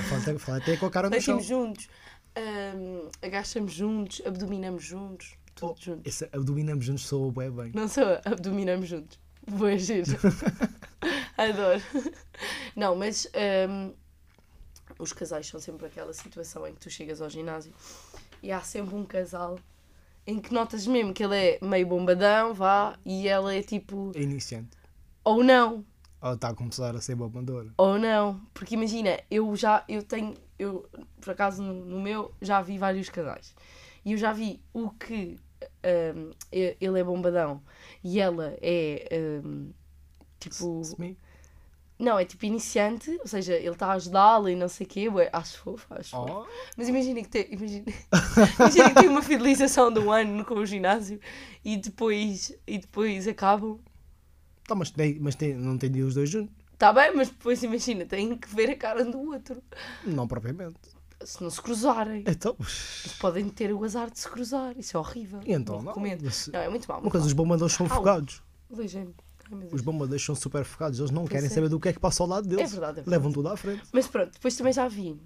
Speaker 3: Falei- Falei até com a cara no chão.
Speaker 2: Fletimos juntos. ahm, agachamos juntos. Abdominamos juntos. Tudo
Speaker 3: Oh,
Speaker 2: junto.
Speaker 3: Esse abdominamos juntos soa bem bem.
Speaker 2: Não sou eu, abdominamos juntos. Vou agir. Adoro. Não, mas hum, os casais são sempre aquela situação em que tu chegas ao ginásio e há sempre um casal em que notas mesmo que ele é meio bombadão, vá, e ela é tipo,
Speaker 3: É iniciante.
Speaker 2: ou não,
Speaker 3: Ela está a começar a ser babandora.
Speaker 2: ou não. Porque imagina, eu já, eu tenho, eu por acaso no, no meu já vi vários casais. E eu já vi o que hum, e- ele é bombadão e ela é hum, tipo.
Speaker 3: Semi.
Speaker 2: Não, é tipo iniciante, ou seja, ele está a ajudá-la e não sei o quê. Ué, acho fofo, acho fofo.
Speaker 3: Oh,
Speaker 2: Mas imagina que, tem, imagina, imagina que tem uma fidelização de um ano com o ginásio e depois, e depois acabam.
Speaker 3: tá, mas tem, mas tem, não tem de ir os dois juntos?
Speaker 2: Está Tá bem, mas depois imagina, têm que ver a cara um do outro.
Speaker 3: Não propriamente.
Speaker 2: Se não se cruzarem.
Speaker 3: Então,
Speaker 2: Eles podem ter o azar de se cruzar. Isso é horrível.
Speaker 3: e então, não.
Speaker 2: recomendo.
Speaker 3: Mas-
Speaker 2: Não, é muito mal.
Speaker 3: Uma
Speaker 2: Muito
Speaker 3: coisa,
Speaker 2: mal.
Speaker 3: os bombadores são
Speaker 2: Au.
Speaker 3: focados.
Speaker 2: Aleijei-me. Ai, meu
Speaker 3: Os
Speaker 2: Deus.
Speaker 3: bombadores são super focados. Eles não querem
Speaker 2: é.
Speaker 3: saber do que é que passa ao lado deles.
Speaker 2: É verdade, é verdade.
Speaker 3: Levam tudo à frente.
Speaker 2: Mas pronto, depois também já vi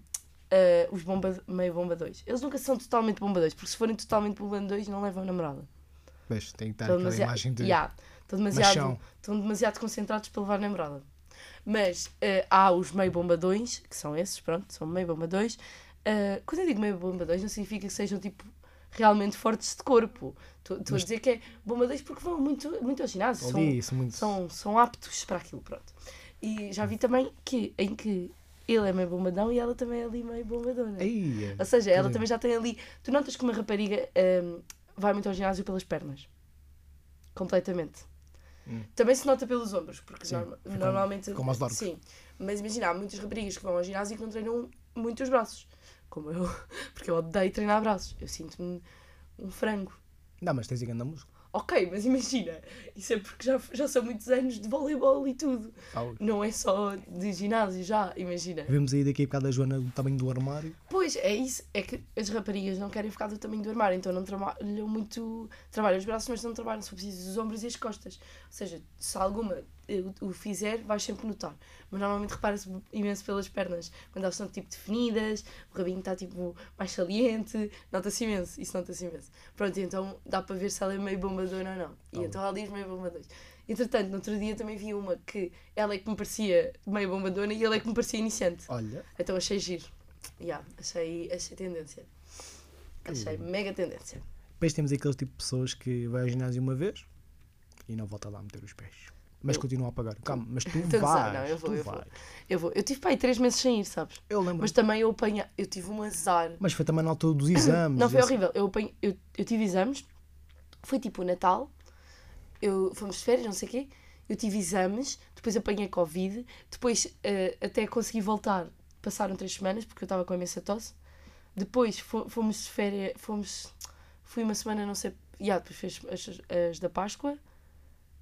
Speaker 2: ah, os bomba, meio bomba 2. Eles nunca são totalmente bomba 2, porque se forem totalmente bomba 2 não levam namorada.
Speaker 3: Mas tem que estar
Speaker 2: Estão
Speaker 3: É, aquela
Speaker 2: demasiado,
Speaker 3: imagem de.
Speaker 2: Yeah, estão
Speaker 3: machão.
Speaker 2: demasiado, estão demasiado concentrados para levar namorada. Mas eh, há os meio bombadões, que são esses, pronto, são meio bombadões. Ah, quando eu digo meio bombadões, não significa que sejam tipo realmente fortes de corpo. Estou estou a dizer que é bombadões porque vão muito, muito ao ginásio.
Speaker 3: Ali,
Speaker 2: são-
Speaker 3: isso é muito.
Speaker 2: são, são aptos para aquilo, pronto. E já vi também que, em que ele é meio bombadão e ela também é ali meio bombadona.
Speaker 3: Ei, é.
Speaker 2: Ou seja, ela
Speaker 3: Sim.
Speaker 2: também já tem ali. Tu notas que uma rapariga hum, vai muito ao ginásio pelas pernas. Completamente. Também se nota pelos ombros, porque
Speaker 3: Sim,
Speaker 2: norma-
Speaker 3: ficam-
Speaker 2: normalmente.
Speaker 3: ficam mais largos.
Speaker 2: Sim, mas imagina, há muitas raparigas que vão ao ginásio e que não treinam muito os braços, como eu, porque eu odeio treinar braços. Eu sinto-me um frango.
Speaker 3: Não, mas tens aí grande músculo.
Speaker 2: Ok, mas imagina, isso é porque já, já são muitos anos de voleibol e tudo.
Speaker 3: Talvez.
Speaker 2: Não é só de ginásio, já, imagina.
Speaker 3: Vimos aí daqui a bocado a Joana do tamanho do armário.
Speaker 2: Pois, é isso. É que as raparigas não querem ficar do tamanho do armário, então não trabalham muito. Trabalham os braços, mas não trabalham, se for preciso, os ombros e as costas. Ou seja, se alguma eh, o- o fizer, vais sempre notar. Mas normalmente repara-se imenso pelas pernas. Quando elas estão tipo definidas, o rabinho está tipo mais saliente, nota-se imenso. Isso nota-se imenso. Pronto, e então dá para ver se ela é meio bombadona ou não. E
Speaker 3: Tá
Speaker 2: então ela diz meio bombadona. Entretanto, no outro dia também vi uma que ela é que me parecia meio bombadona e ele é que me parecia iniciante.
Speaker 3: Olha,
Speaker 2: Então achei giro. Yeah, achei, achei tendência. Achei mega tendência.
Speaker 3: depois temos aquele tipo de pessoas que vai ao ginásio uma vez e não volta lá a meter os pés. Mas
Speaker 2: Eu-
Speaker 3: continua a pagar. Calma, mas tu
Speaker 2: Tô a gozar,
Speaker 3: vais.
Speaker 2: não, eu vou,
Speaker 3: tu
Speaker 2: eu vou.
Speaker 3: vais.
Speaker 2: Eu, vou, eu tive para aí três meses sem ir, sabes?
Speaker 3: Eu lembro.
Speaker 2: Mas
Speaker 3: Mas...
Speaker 2: também eu apanhei. Eu tive um azar.
Speaker 3: foi também na altura dos exames.
Speaker 2: Não, foi
Speaker 3: esse-
Speaker 2: horrível. Eu, apanhei, eu, eu tive exames. Foi tipo o Natal. Eu, fomos de férias, não sei o quê. Eu tive exames. Depois apanhei Covid. Depois eh, até consegui voltar. Passaram três semanas, porque eu estava com imensa tosse. Depois fo- fomos de férias. Fomos, fui uma semana, não sei. Yeah, depois fez as, as da Páscoa.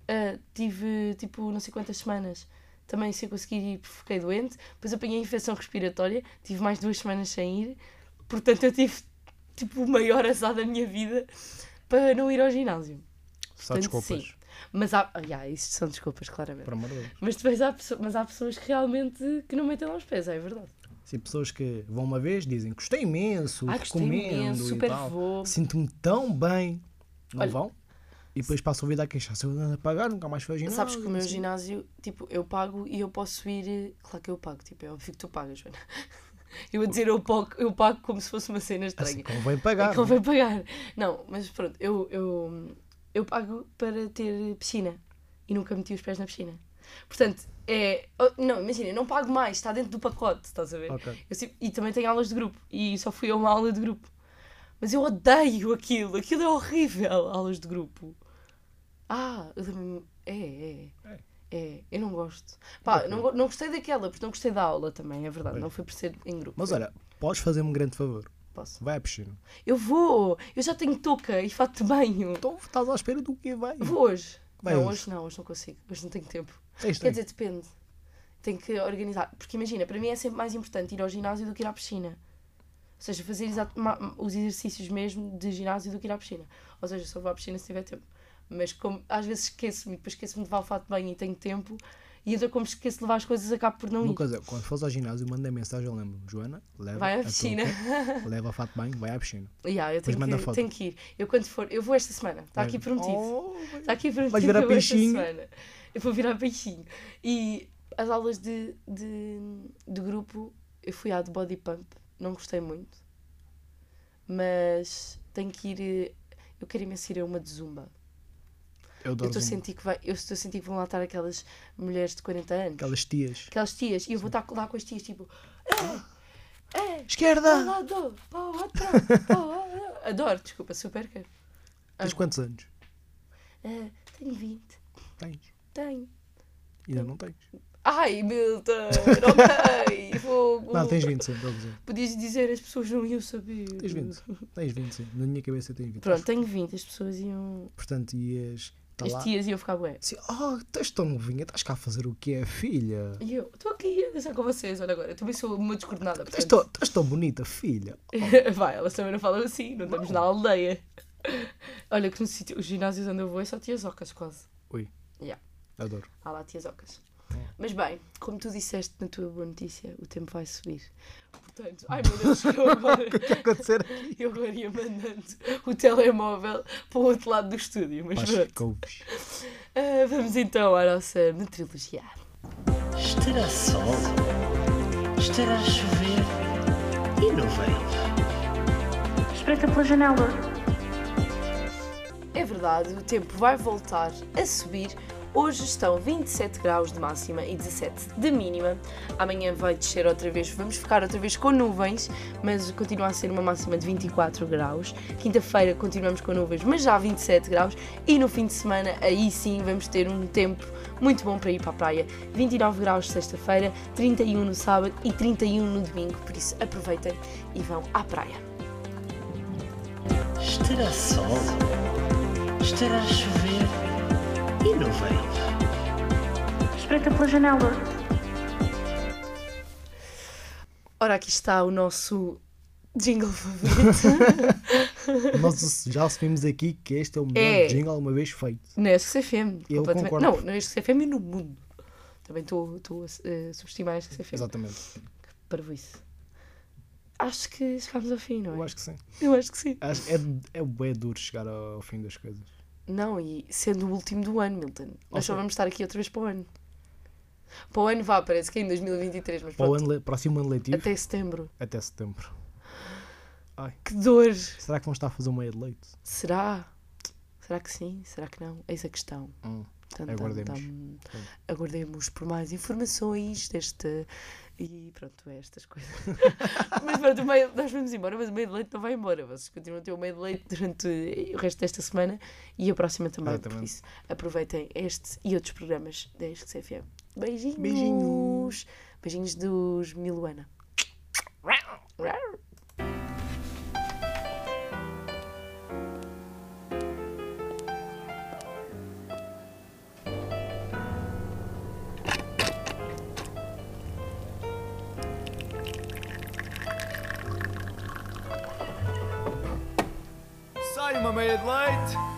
Speaker 2: Ah, tive tipo não sei quantas semanas também sem conseguir ir porque fiquei doente. Depois apanhei infecção respiratória, tive mais duas semanas sem ir. Portanto, eu tive tipo o maior azar da minha vida para não ir ao ginásio.
Speaker 3: Só
Speaker 2: Portanto,
Speaker 3: desculpas.
Speaker 2: sim. Mas há. Ah, yeah, isso são desculpas, claramente.
Speaker 3: Por amor de Deus.
Speaker 2: Mas depois há, pesso- mas há pessoas que realmente que não metem lá os pés, é verdade.
Speaker 3: Sim, pessoas que vão uma vez dizem gostei imenso,
Speaker 2: Ai, Ah, gostei
Speaker 3: recomendo
Speaker 2: imenso,
Speaker 3: e
Speaker 2: super
Speaker 3: tal.
Speaker 2: vou.
Speaker 3: Sinto-me tão bem. Não
Speaker 2: Olha-
Speaker 3: vão? E depois passam a vida a queixar-se. Eu ando a pagar, nunca mais foi ao ginásio.
Speaker 2: Sabes que o meu
Speaker 3: assim.
Speaker 2: ginásio, tipo, eu pago e eu posso ir. eh, Claro que eu pago, tipo, é óbvio que tu pagas, Joana. Eu a dizer eu pago, eu pago como se fosse uma cena estranha.
Speaker 3: Assim, convém pagar.
Speaker 2: É que ele vai pagar. Não, mas pronto, eu, eu, eu pago para ter piscina e nunca meti os pés na piscina. Portanto, é. oh, Não, imagina, eu não pago mais, está dentro do pacote, estás a ver?
Speaker 3: não é? Ok.
Speaker 2: Eu sempre- e também tenho aulas de grupo e só fui a uma aula de grupo. Mas eu odeio aquilo, aquilo é horrível, aulas de grupo. Ah, eu lembro-me- é, é.
Speaker 3: É.
Speaker 2: É, eu não gosto. Pá,
Speaker 3: Ok.
Speaker 2: não, go- não gostei daquela, porque não gostei da aula também, é verdade.
Speaker 3: Pois.
Speaker 2: Não foi por ser em grupo.
Speaker 3: Mas
Speaker 2: Eu
Speaker 3: olha, podes fazer-me um grande favor.
Speaker 2: Posso.
Speaker 3: Vai à piscina.
Speaker 2: Eu vou! Eu já tenho touca e fato de banho.
Speaker 3: Então estás à espera do que vai.
Speaker 2: Vou hoje.
Speaker 3: Vai
Speaker 2: não,
Speaker 3: hoje.
Speaker 2: hoje não, hoje não consigo. Hoje não tenho tempo.
Speaker 3: Tens,
Speaker 2: Quer
Speaker 3: tens.
Speaker 2: dizer, depende. Tenho que organizar. Porque imagina, para mim é sempre mais importante ir ao ginásio do que ir à piscina. Ou seja, fazer exa- ma- os exercícios mesmo de ginásio do que ir à piscina. Ou seja, só vou à piscina se tiver tempo. Mas como às vezes esqueço-me, depois esqueço-me de levar o fato de banho e tenho tempo, e então como esqueço de levar as coisas, acabo por não
Speaker 3: Uma
Speaker 2: ir.
Speaker 3: coisa, quando fores ao ginásio, manda mensagem, eu lembro. Joana, leva
Speaker 2: Vai à
Speaker 3: a
Speaker 2: piscina.
Speaker 3: touca, leva o fato bem, vai à piscina.
Speaker 2: Yeah, eu
Speaker 3: Depois
Speaker 2: tenho
Speaker 3: manda
Speaker 2: que,
Speaker 3: foto.
Speaker 2: tenho que ir. Eu quando for, eu vou esta semana. Está
Speaker 3: Vai-
Speaker 2: Tá aqui prometido.
Speaker 3: Oh, vai-
Speaker 2: Está Tá aqui prometido
Speaker 3: Vais virar
Speaker 2: eu vou tipo esta
Speaker 3: peixinho.
Speaker 2: semana. Eu vou virar peixinho. E as aulas de, de, de grupo, eu fui à de body pump, não gostei muito. Mas tenho que ir. eh, Eu quero imenso ir a uma de zumba.
Speaker 3: eu
Speaker 2: Eu
Speaker 3: adoro
Speaker 2: estou a
Speaker 3: zumba.
Speaker 2: sentir que vai, eu estou a sentir que vão lá estar aquelas mulheres de 40 anos, aquelas,
Speaker 3: Aquelas tias.
Speaker 2: tias, e eu vou estar lá com as tias tipo. É, é, para um
Speaker 3: Esquerda!
Speaker 2: lado, para o outro, para o outro." Adoro, desculpa, super quero.
Speaker 3: Tens quantos anos?
Speaker 2: Eh, tenho 20,
Speaker 3: Tens.
Speaker 2: tenho. Um.
Speaker 3: Ainda não tens.
Speaker 2: Ai, Milton, ok, fogo.
Speaker 3: Não, tens 25, estou a dizer.
Speaker 2: Podias dizer, as pessoas não iam saber.
Speaker 3: Tens 20. Tens 25. Na minha cabeça tens 20.
Speaker 2: Pronto, tenho 20, as pessoas iam.
Speaker 3: Portanto, ias. Tá
Speaker 2: as
Speaker 3: lá.
Speaker 2: tias iam ficar bué.
Speaker 3: Assim, oh, estás tão novinha, estás cá a fazer o que é, filha?
Speaker 2: E eu, estou aqui a dançar com vocês, olha agora, eu também sou uma descoordenada.
Speaker 3: Estás
Speaker 2: Portanto...
Speaker 3: tão, estás tão bonita, filha.
Speaker 2: Vai, elas também não falam assim, não estamos na aldeia. Olha, que no sítio, os ginásios onde eu vou é só tias ocas quase.
Speaker 3: Adoro.
Speaker 2: Há lá tias ocas. Mas bem, como tu disseste na tua boa notícia, o tempo vai subir. Portanto, ai meu Deus, que horror.
Speaker 3: O que acontecer?
Speaker 2: Eu agora ia mandando o telemóvel para o outro lado do estúdio, mas
Speaker 3: Paz,
Speaker 2: pronto.
Speaker 3: couves.
Speaker 2: Ah, vamos então à nossa meteorologia.
Speaker 4: Estará sol? Estará a chover? E não veio.
Speaker 5: Espreita pela janela.
Speaker 2: É verdade, o tempo vai voltar a subir, Hoje estão 27 graus de máxima e 17 de mínima. Amanhã vai descer outra vez, vamos ficar outra vez com nuvens, mas continua a ser uma máxima de 24 graus. Quinta-feira continuamos com nuvens, mas já 27 graus. E no fim de semana, aí sim, vamos ter um tempo muito bom para ir para a praia. 29 graus sexta-feira, 31 no sábado e 31 no domingo. Por isso, aproveitem e vão à praia.
Speaker 4: Estará sol, estará a chover e não veio.
Speaker 5: Espreita pela janela.
Speaker 2: Ora, aqui está o nosso jingle favorito.
Speaker 3: Nós já assumimos aqui que este é o melhor
Speaker 2: É.
Speaker 3: jingle alguma vez feito.
Speaker 2: Na SXFM.
Speaker 3: Eu
Speaker 2: completamente.
Speaker 3: concordo.
Speaker 2: Não, é na SXFM e no mundo. Também estou estou a eh, subestimar a SXFM.
Speaker 3: Exatamente.
Speaker 2: Para isso. Acho que chegámos ao fim, não é?
Speaker 3: Eu acho que sim.
Speaker 2: Eu acho que sim.
Speaker 3: Acho, é, é bué duro chegar ao ao fim das coisas.
Speaker 2: Não, e sendo o último do ano, Milton. Nós só
Speaker 3: Ok.
Speaker 2: vamos estar aqui outra vez para o ano. Para o ano vá, parece que é em 2023, mas
Speaker 3: Para o
Speaker 2: pronto.
Speaker 3: ano le- próximo ano letivo, até...
Speaker 2: Até setembro.
Speaker 3: setembro.
Speaker 2: Que dor!
Speaker 3: Será que vão estar a fazer uma meia de leite?
Speaker 2: Será? Será que sim? Será que não? Eis a questão.
Speaker 3: Hum.
Speaker 2: Tum, tum,
Speaker 3: Aguardemos.
Speaker 2: tum. Aguardemos por mais informações deste. E pronto, é estas coisas. mas pronto, o meio- nós vamos embora, mas o meio de leite não vai embora. Vocês continuam a ter o meio de leite durante o resto desta semana e a próxima também. Por
Speaker 3: Exatamente.
Speaker 2: isso, aproveitem este e outros programas da ESC-CFM. Beijinhos!
Speaker 3: Beijinhos.
Speaker 2: Beijinhos dos Miluana.
Speaker 6: Sai uma meia de leite.